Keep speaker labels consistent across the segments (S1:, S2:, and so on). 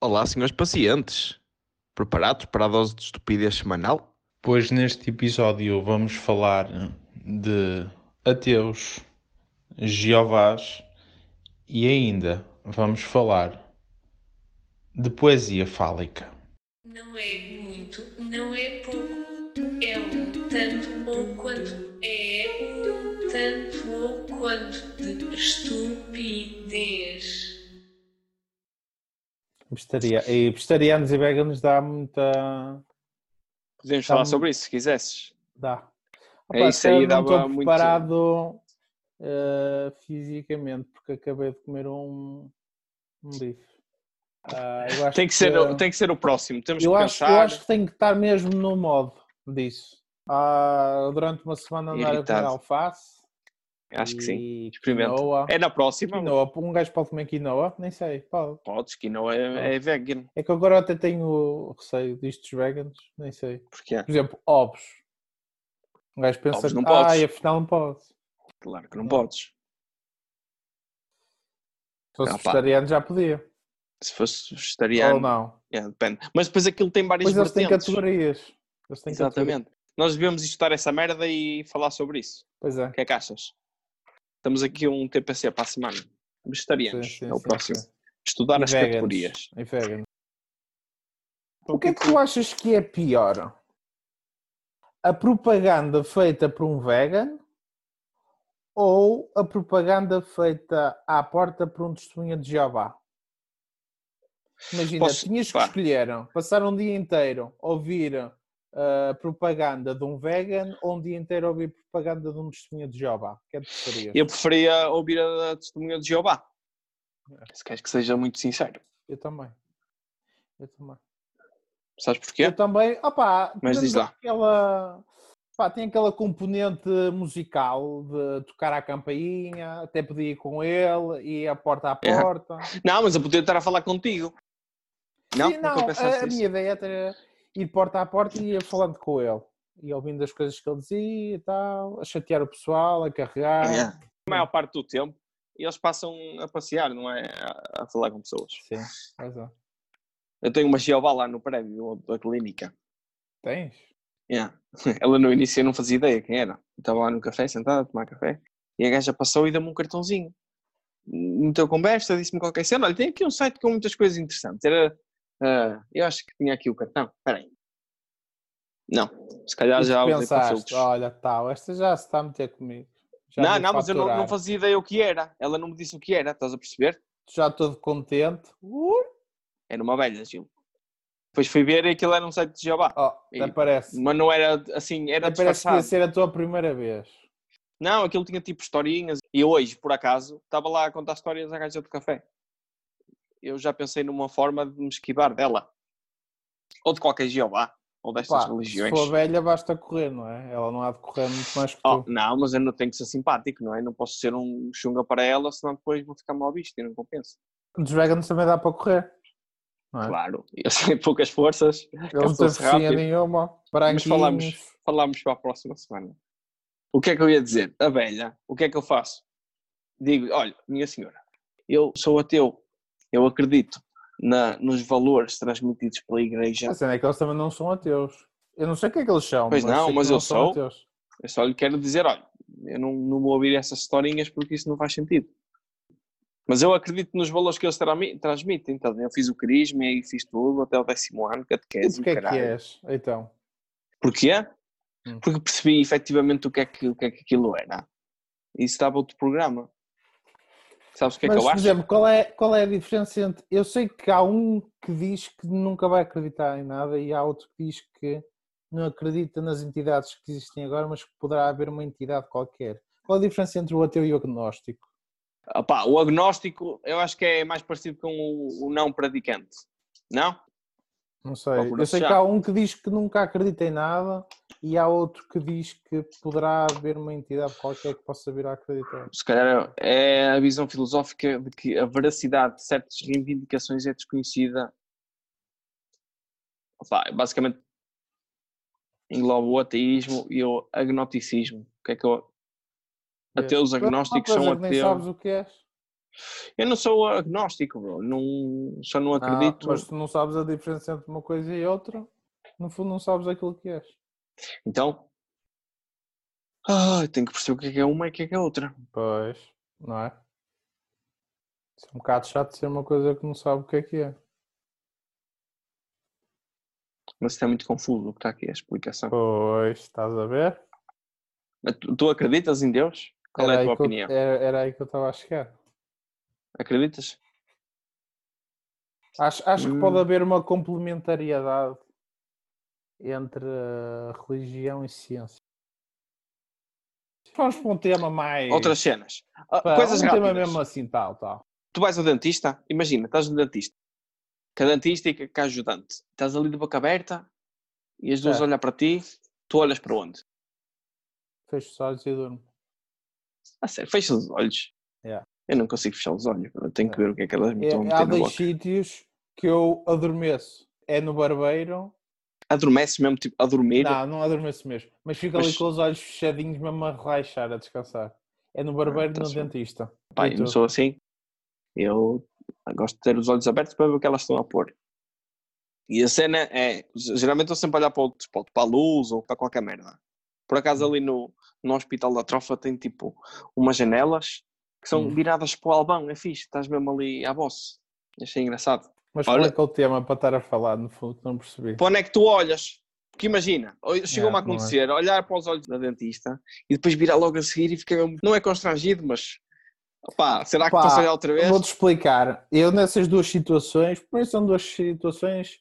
S1: Olá, senhores pacientes. Preparados para a dose de estupidez semanal?
S2: Pois neste episódio vamos falar de ateus, jeovás e ainda vamos falar de poesia fálica.
S3: Não é muito, não é pouco, é um tanto ou quanto, é um tanto ou quanto de estupidez.
S4: Bestaria. E vegetarianos e veganos dá muita.
S5: Podemos
S4: Tá
S5: falar
S4: muito-
S5: sobre isso, se quisesses.
S4: dá.
S5: É
S4: Opa,
S5: isso aí,
S4: eu não
S5: dava
S4: estou
S5: muito-
S4: preparado eh, fisicamente, porque acabei de comer um, um bife. Ah, eu acho
S5: Tem que, ser, o- tem que ser o próximo. Temos
S4: eu,
S5: que
S4: acho, eu
S5: pensar.
S4: acho que tenho que estar mesmo no modo disso. Ah, durante uma semana andar a comer
S5: Irritado.
S4: alface.
S5: Acho que sim.
S4: E
S5: Experimenta.
S4: quinoa.
S5: É na próxima.
S4: Quinoa. Um gajo pode comer quinoa? Nem sei. Pode.
S5: Podes, que não é, é vegan.
S4: É que agora até tenho receio disto dos veganos. Nem sei.
S5: Porque é.
S4: Por exemplo, ovos. Um gajo pensa
S5: Ovos
S4: que,
S5: não
S4: ah,
S5: podes."
S4: afinal não podes. Se
S5: Claro que não podes.
S4: fosse
S5: Ah, pá.
S4: vegetariano já podia.
S5: Se fosse
S4: Ou
S5: vegetariano,
S4: não.
S5: é, depende. Mas depois aquilo tem várias
S4: Pois eles têm
S5: vertentes.
S4: categorias. Eles têm categorias.
S5: Exatamente. Nós devemos estudar essa merda e falar sobre isso.
S4: Pois é.
S5: O que é que achas? Estamos aqui um TPC para a semana. Vegetarianos.
S4: Sim, sim,
S5: é o
S4: sim,
S5: próximo.
S4: sim.
S5: Estudar
S4: E
S5: as
S4: veganos.
S5: categorias.
S4: E veganos. O que é que tu achas que é pior? A propaganda feita por um vegan ou a propaganda feita à porta por um testemunha de Jeová? Imagina,
S5: Posso-
S4: tinhas que
S5: pá.
S4: escolher passar um dia inteiro a ouvir a propaganda de um vegan ou um dia inteiro a ouvir propaganda de um testemunha de Jeová. O que é que tu preferias?
S5: Eu preferia ouvir a testemunha de Jeová. Se queres que seja muito sincero.
S4: Eu também. Eu também.
S5: Sabes porquê?
S4: Eu também, opá,
S5: É. Mas diz
S4: temos
S5: lá.
S4: aquela, pá, tem aquela componente musical de tocar à campainha, até podia ir com ele, e a porta à
S5: É.
S4: porta.
S5: Não, mas eu podia estar a falar contigo. Não,
S4: Sim,
S5: nunca
S4: a,
S5: pensaste
S4: a
S5: nisso.
S4: minha ideia era ir porta à porta e ir falando com ele. E ouvindo as coisas que ele dizia e tal, a chatear o pessoal, a carregar.
S5: Yeah. É. A maior parte do tempo eles passam a passear, não é? A, a falar com pessoas.
S4: Sim, mas, ó,
S5: Eu tenho uma Jeová lá no prédio da clínica.
S4: tens?
S5: Yeah. Ela no início eu não fazia ideia quem era. Eu Estava lá no café, sentada a tomar café, e a gaja passou e deu-me um cartãozinho. Meteu conversa, disse-me qualquer cena. Olha, tem aqui um site com muitas coisas interessantes. Era. ah, eu acho que tinha aqui o cartão. Espera aí. Não, se calhar
S4: E
S5: já
S4: tu
S5: usei para
S4: pensaste,
S5: filtros.
S4: olha, tal, esta já se está a meter comigo. Já
S5: não,
S4: vou
S5: não, mas eu não, não
S4: faturar.
S5: fazia ideia o que era. Ela não me disse o que era, estás a perceber?
S4: Já todo contente. Uh, Ui!
S5: Era uma velha, Gil. Depois fui ver e aquilo era um site de Jeová.
S4: Oh,
S5: E-
S4: aparece.
S5: Mas não era assim, era
S4: Até parece que
S5: disfarçado.
S4: ia ser a tua primeira vez.
S5: Não, aquilo tinha tipo historinhas. E hoje, por acaso, estava lá a contar histórias à gaja do café. Eu já pensei numa forma de me esquivar dela. Ou de qualquer Jeová. Ou destas
S4: Pá, se
S5: religiões.
S4: for velha, basta correr, não é? Ela não há de correr muito mais que tu.
S5: Oh, não, mas eu não tenho que ser simpático, não é? Não posso ser um chunga para ela, senão depois vou ficar mal visto e não compensa.
S4: Os veganos também dá para correr. não é?
S5: Claro, eu sei poucas forças.
S4: Eles não têm
S5: Cansou-se
S4: focinha
S5: É rápido.
S4: nenhuma. Branquinhos.
S5: falamos. falámos para a próxima semana. O que é que eu ia dizer? A velha, o que é que eu faço? Digo, olha, minha senhora, eu sou ateu, eu acredito na, nos valores transmitidos pela igreja.
S4: A cena é que eles também não são ateus. Eu não sei o que é que eles são.
S5: Pois não,
S4: sei que
S5: mas eu
S4: são
S5: sou.
S4: ateus.
S5: Eu só lhe quero dizer, olha, eu não, não vou ouvir essas historinhas porque isso não faz sentido. Mas eu acredito nos valores que eles trami- transmitem. Então, eu fiz o crisma e fiz tudo até o décimo ano,
S4: E
S5: catequese,
S4: porquê é que
S5: caralho.
S4: és? Então.
S5: Porquê?
S4: Hum.
S5: Porque percebi efetivamente o que é que, o que, é que aquilo era. Isso dava outro programa. Sabes o que é
S4: mas,
S5: que eu
S4: por
S5: acho?
S4: exemplo, qual é, qual é a diferença entre. Eu sei que há um que diz que nunca vai acreditar em nada e há outro que diz que não acredita nas entidades que existem agora, mas que poderá haver uma entidade qualquer. Qual a diferença entre o ateu e o agnóstico?
S5: Ah pá, o agnóstico eu acho que é mais parecido com o, o não praticante. Não?
S4: Não sei.
S5: Procura
S4: Eu sei que
S5: fechar.
S4: há um que diz que nunca acredita em nada e há outro que diz que poderá haver uma entidade qualquer que possa vir a acreditar.
S5: Se calhar é a visão filosófica de que a veracidade de certas reivindicações é desconhecida. Ah pá, basicamente engloba o ateísmo e o agnoticismo. O que é que eu. Ateus
S4: Mas,
S5: agnósticos
S4: uma coisa
S5: são
S4: que Nem
S5: ateus.
S4: sabes o que és.
S5: Eu não sou agnóstico, bro. Não, só não acredito.
S4: Ah, mas tu não sabes a diferença entre uma coisa e outra, no fundo não sabes aquilo que és.
S5: Então. Ah, eu tenho que perceber o que é que é uma e o que é que é outra.
S4: Pois, não é? Isso é um bocado chato ser uma coisa que não sabe o que é que é.
S5: Mas está muito confuso o que está aqui a explicação.
S4: Pois, estás a ver?
S5: Mas Tu, tu acreditas em Deus? Qual
S4: Era
S5: é a
S4: aí
S5: tua
S4: que eu-
S5: opinião?
S4: era, era aí que eu estava a chegar.
S5: Acreditas?
S4: Acho, acho que
S5: Hum.
S4: pode haver uma complementariedade entre uh, religião e ciência. Vamos para um tema mais.
S5: Outras cenas. Ah,
S4: pá,
S5: coisas
S4: um tema
S5: rápidas.
S4: mesmo assim, tal, tal.
S5: Tu vais ao dentista, imagina, estás no dentista. Que é dentista e que que é ajudante. Estás ali de boca aberta e as duas
S4: Certo.
S5: olham para ti. Tu olhas para onde?
S4: Fecho os olhos e durmo.
S5: Ah, sério, fecha os olhos.
S4: Yeah.
S5: Eu não consigo fechar os olhos. Eu tenho
S4: Yeah.
S5: que ver o que é que elas me
S4: É,
S5: estão
S4: há
S5: a meter na
S4: dois
S5: boca.
S4: sítios que eu adormeço. É no barbeiro.
S5: Adormeces mesmo, tipo, a dormir.
S4: Não, Tá, não adormeço mesmo. Mas fico ali
S5: Mas-
S4: com os olhos fechadinhos, mesmo a relaxar, a descansar. É
S5: Ah,
S4: no barbeiro e no
S5: tá-se bem.
S4: dentista.
S5: Pá,
S4: E
S5: eu
S4: tu?
S5: não sou assim. Eu gosto de ter os olhos abertos para ver o que elas estão a pôr. E a cena é. Geralmente eu sempre a olhar para outro spot, para a luz ou para qualquer merda. Por acaso ali no, no Hospital da Trofa tem tipo umas janelas que são
S4: Hum.
S5: viradas para o Albão, é fixe, estás mesmo ali à bosse. Achei engraçado.
S4: Mas
S5: Olha-
S4: qual é que é o tema para estar a falar, no fundo? Não percebi.
S5: Para onde é que tu olhas? Porque imagina, oi- chegou-me
S4: não
S5: a
S4: é.
S5: acontecer, olhar para os olhos da dentista e depois virar logo a seguir e ficar mesmo- não é constrangido, mas pá, será que
S4: Pá,
S5: posso olhar outra vez?
S4: Vou-te explicar. Eu nessas duas situações, por isso são duas situações.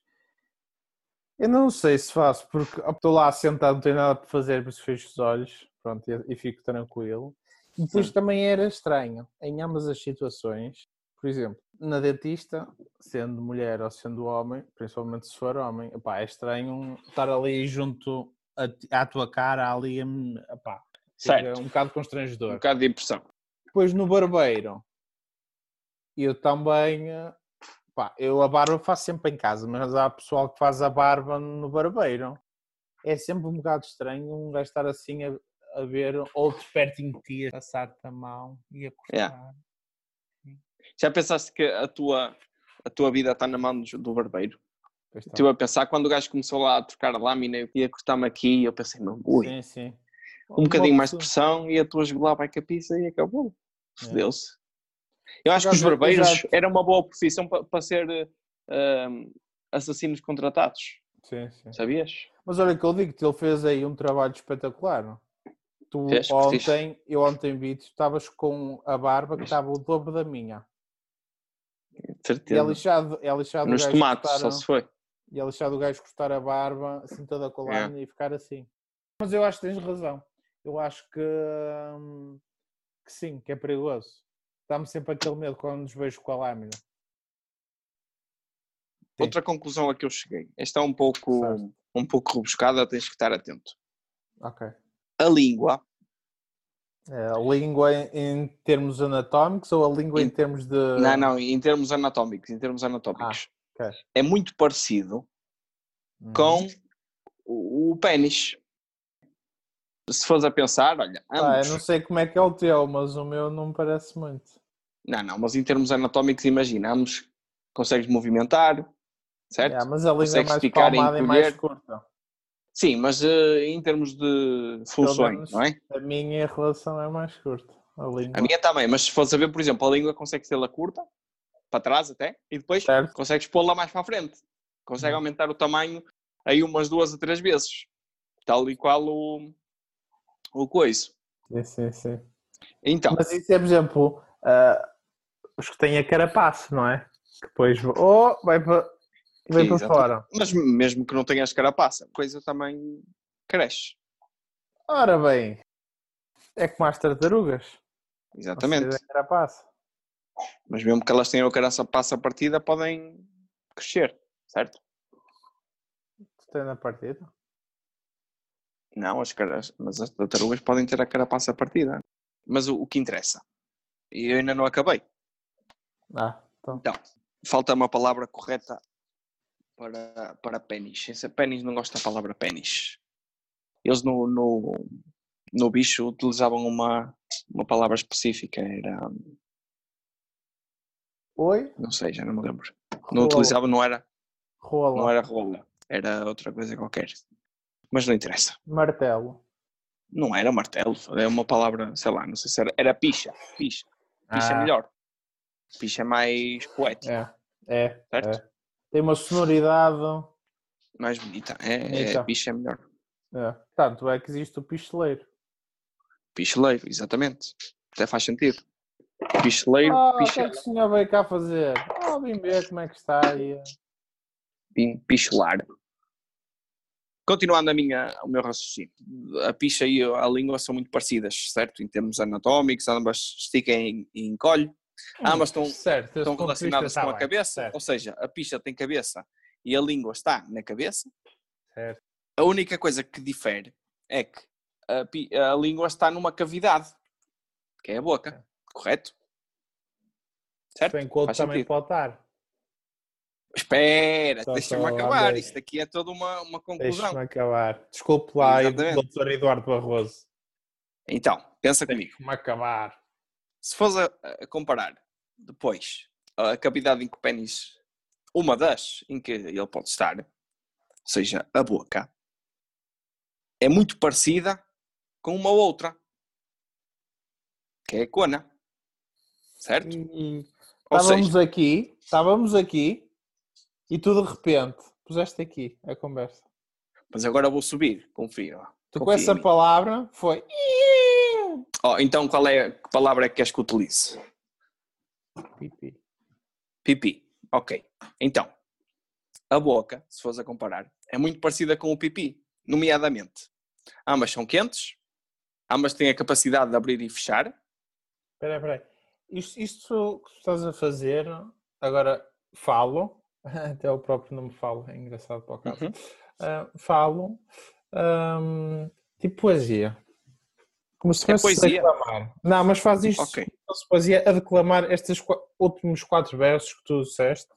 S4: Eu não sei se faço, porque ó, estou lá sentado, não tenho nada para fazer, por isso fecho os olhos pronto, e, e fico tranquilo. E depois também era estranho, em ambas as situações, por exemplo, na dentista, sendo mulher ou sendo homem, principalmente se for homem, epá, é estranho estar ali junto a ti- à tua cara, ali, a me- epá, é um bocado
S5: Um
S4: constrangedor.
S5: bocado de impressão.
S4: Depois no barbeiro, eu também. eh, Pá, eu a barba faço sempre em casa, mas há pessoal que faz a barba no barbeiro. É sempre um bocado estranho um gajo estar assim a, a ver outro pertinho de ti a passar-te a mão e
S5: É.
S4: a cortar.
S5: Yeah. Já pensaste que a tua, a tua vida está na mão do, do barbeiro?
S4: Pois tá.
S5: Estive a pensar, quando o gajo começou lá a trocar a lâmina e ia cortar-me aqui, eu pensei, meu, ui,
S4: Sim, sim.
S5: um bocadinho mais de
S4: pessoa-
S5: pressão e a tua jugular vai capiça e acabou.
S4: É.
S5: Fodeu-se. Eu acho que os
S4: acaso, eu
S5: barbeiros
S4: já-
S5: era uma boa profissão para, para ser eh, ahm, assassinos contratados,
S4: Sim, sim.
S5: sabias?
S4: Mas olha que eu digo-te, ele fez aí um trabalho espetacular. não? Tu
S5: Fez, curtiste?
S4: ontem, eu ontem vi-te, estavas com a barba que estava o dobro da minha.
S5: De
S4: E é
S5: certeza.
S4: lixado, é lixado o
S5: Nos
S4: gajo
S5: tomates,
S4: cortar
S5: só
S4: a-
S5: se foi.
S4: E é lixado o gajo cortar a barba, assim toda com
S5: É.
S4: lâmina e ficar assim. Mas eu acho que tens razão. Eu acho que, hum, que sim, que é perigoso. Dá-me sempre aquele medo quando nos vejo com a lâmina. Sim.
S5: Outra conclusão a que eu cheguei. Esta é um pouco,
S4: Certo.
S5: um pouco rebuscada, tens que estar atento.
S4: Ok. É,
S5: A língua
S4: a língua em, em termos anatómicos ou a língua em
S5: Em-
S4: termos de.
S5: Não, não, em termos anatómicos, em termos anatómicos.
S4: Ah. ok.
S5: É muito parecido
S4: Uhum.
S5: com o, o pênis. Se fores a pensar, olha,
S4: Pá,
S5: ambos-
S4: eu não sei como é que é o teu, mas o meu não me parece muito.
S5: não, não, mas em termos anatómicos, imagina, ambos consegues movimentar, certo?
S4: Yeah, mas a língua é
S5: Consegues
S4: mais
S5: esticar e
S4: palmada e mais
S5: encolher.
S4: curta.
S5: Sim, mas eh, em termos de funções,
S4: menos-
S5: não é?
S4: A minha relação é mais curta. A língua.
S5: A minha também, mas se fores a ver, por exemplo, a língua consegue tê-la curta, para trás até, e depois
S4: Certo?
S5: consegues pô-la mais para a frente. Consegue
S4: Uhum.
S5: aumentar o tamanho aí umas duas a três vezes. Tal e qual o, o coiso.
S4: Sim, sim, sim.
S5: Então,
S4: Mas isso é, por exemplo, ah, os que têm a carapaça, não é? Que depois oh, vai para, vai
S5: Sim,
S4: para
S5: exato.
S4: fora.
S5: mas mesmo que não tenhas carapaça, a coisa também cresce.
S4: Ora bem, é como as tartarugas.
S5: Exatamente.
S4: Vocês é carapaça.
S5: Mas mesmo que elas tenham a carapaça partida, podem crescer, certo?
S4: Tu tens na partida.
S5: Não, as caras, mas as tartarugas podem ter a carapaça partida. Mas o, o que interessa, e eu ainda não acabei,
S4: Ah, então.
S5: falta uma palavra correta para, para pênis. Esse pênis não gosta da palavra pênis. Eles no, no, no bicho utilizavam uma, uma palavra específica, era hum,
S4: Oi?
S5: Não sei, já não me lembro. Não
S4: Rola.
S5: utilizava, não era,
S4: Rola.
S5: não era rola. Era outra coisa qualquer. Mas não interessa.
S4: Martelo.
S5: Não era martelo. É uma palavra, sei lá, não sei se era. Era picha. Picha.
S4: Ah,
S5: Picha é melhor. Picha é mais poética,
S4: É. É.
S5: certo?
S4: Tem uma sonoridade.
S5: Mais bonita. É,
S4: Bonita.
S5: é, picha é melhor.
S4: É. Tanto é que existe o pistoleiro.
S5: Picheleiro, exatamente. Até faz sentido. Picheleiro,
S4: Ah, o que
S5: picha,
S4: é que o senhor veio cá fazer? Ah, vim ver como é que está aí.
S5: pin- pichelar. Continuando a minha, o meu raciocínio, a picha e a língua são muito parecidas, certo? Em termos anatómicos, ambas esticam e e encolhem, ambas estão-
S4: certo,
S5: estão relacionadas com a cabeça,
S4: é. certo.
S5: ou seja, a picha tem cabeça e a língua está na cabeça.
S4: Certo.
S5: A única coisa que difere é que a, pi- a língua está numa cavidade, que é a boca, correto? Certo?
S4: Bem, que o outro
S5: Faz
S4: também
S5: sentido.
S4: pode estar.
S5: Espera,
S4: Só-
S5: deixa-me
S4: só
S5: acabar.
S4: andei.
S5: Isto aqui é toda uma, uma conclusão.
S4: Deixa-me acabar. Desculpe lá,
S5: Exatamente.
S4: doutor Eduardo Barroso.
S5: Então, pensa comigo.
S4: Deixa-me acabar.
S5: Se fores a, a comparar depois a cavidade em que o pênis, uma das em que ele pode estar, ou seja, a boca, é muito parecida com uma outra, que é a cona.
S4: Hum,
S5: Certo?
S4: E- e
S5: Ou
S4: Estávamos
S5: seja,
S4: aqui, estávamos aqui e tu de repente puseste aqui a conversa.
S5: mas agora vou subir, confia. lá.
S4: Tu com
S5: Confia em
S4: essa
S5: mim.
S4: palavra foi.
S5: Oh, então, qual é a palavra que queres que utilize?
S4: Pipi.
S5: Pipi. Ok. Então, a boca, se fores a comparar, é muito parecida com o pipi, nomeadamente. Ambas são quentes, ambas têm a capacidade de abrir e fechar.
S4: Espera aí, espera aí. Isto, isto que tu estás a fazer, agora falo, até o próprio nome falo, é engraçado para o caso.
S5: Uhum.
S4: Ah, falo, ahm, tipo poesia. Como se
S5: É
S4: fosse a
S5: poesia?
S4: declamar. Não, mas faz isto
S5: Ok.
S4: como se fazia a declamar estes qua- últimos quatro versos que tu disseste.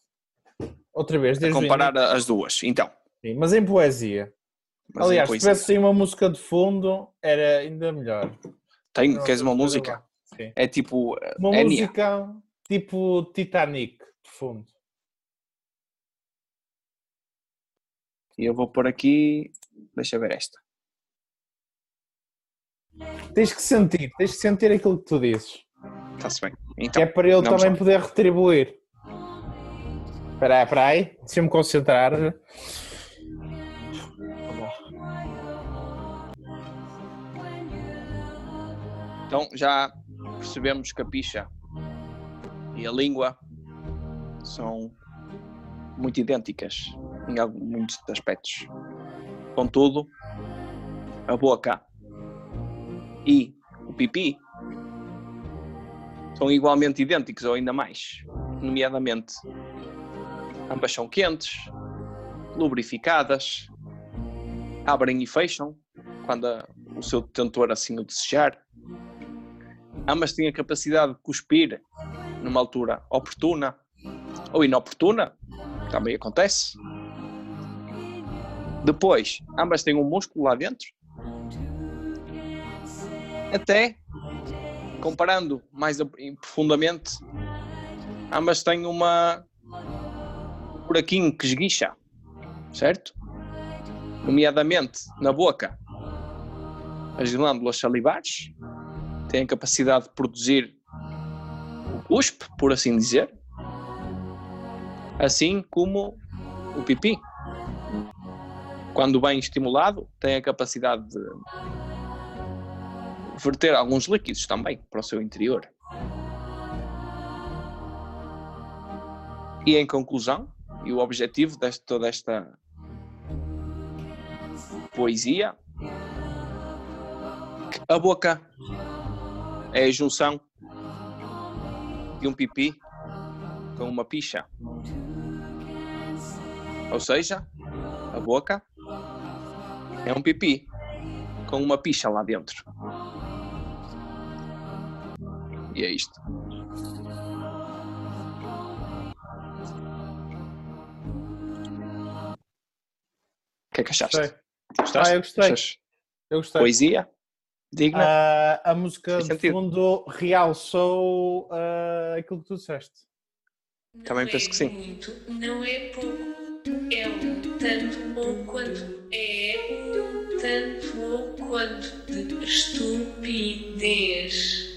S4: Outra vez,
S5: A
S4: desde o
S5: comparar a- as duas. Então,
S4: início, mas em poesia.
S5: mas
S4: Aliás,
S5: depois-
S4: se tivesse aí uma música de fundo, era ainda melhor.
S5: tenho,
S4: Não,
S5: queres uma
S4: coisa
S5: música?
S4: lá. Sim.
S5: É tipo,
S4: Uma
S5: Enya.
S4: música tipo Titanic, de fundo.
S5: eu vou pôr aqui, deixa eu ver esta.
S4: Tens que sentir, tens que sentir aquilo que tu dizes.
S5: Está-se bem.
S4: Que
S5: Então,
S4: é para ele
S5: vamos
S4: também
S5: lá.
S4: poder retribuir. Espera aí, espera aí. Deixa-me concentrar.
S5: então já percebemos que a picha e a língua são muito idênticas em algum- muitos aspectos. Contudo, a boca e o pipi são igualmente idênticos ou ainda mais. Nomeadamente, ambas são quentes, lubrificadas, abrem e fecham quando a- o seu detentor assim o desejar. Ambas têm a capacidade de cuspir numa altura oportuna ou inoportuna, também acontece. Depois, ambas têm um músculo lá dentro. Até, comparando mais a- em- profundamente, ambas têm uma um buraquinho que esguicha, certo? Nomeadamente na boca, as glândulas salivares têm a capacidade de produzir o cuspe, por assim dizer, assim como o pipi. Quando bem estimulado, tem a capacidade de verter alguns líquidos também para o seu interior. E em conclusão, e o objetivo de toda esta poesia, que a boca é a junção de um pipi com uma picha. Ou seja, a boca é um pipi com uma picha lá dentro. E é isto. O que é que achaste?
S4: Gostei.
S5: Gostaste?
S4: Ah, eu gostei.
S5: Achas
S4: Eu gostei.
S5: Poesia? Digna?
S4: Ah, a música
S5: Faz
S4: de
S5: sentido.
S4: fundo realçou ah, aquilo que tu disseste.
S3: Não
S5: Também
S3: é
S5: penso que sim.
S3: muito, não é pouco. É um tanto ou quanto. É um tanto ou quanto de estupidez.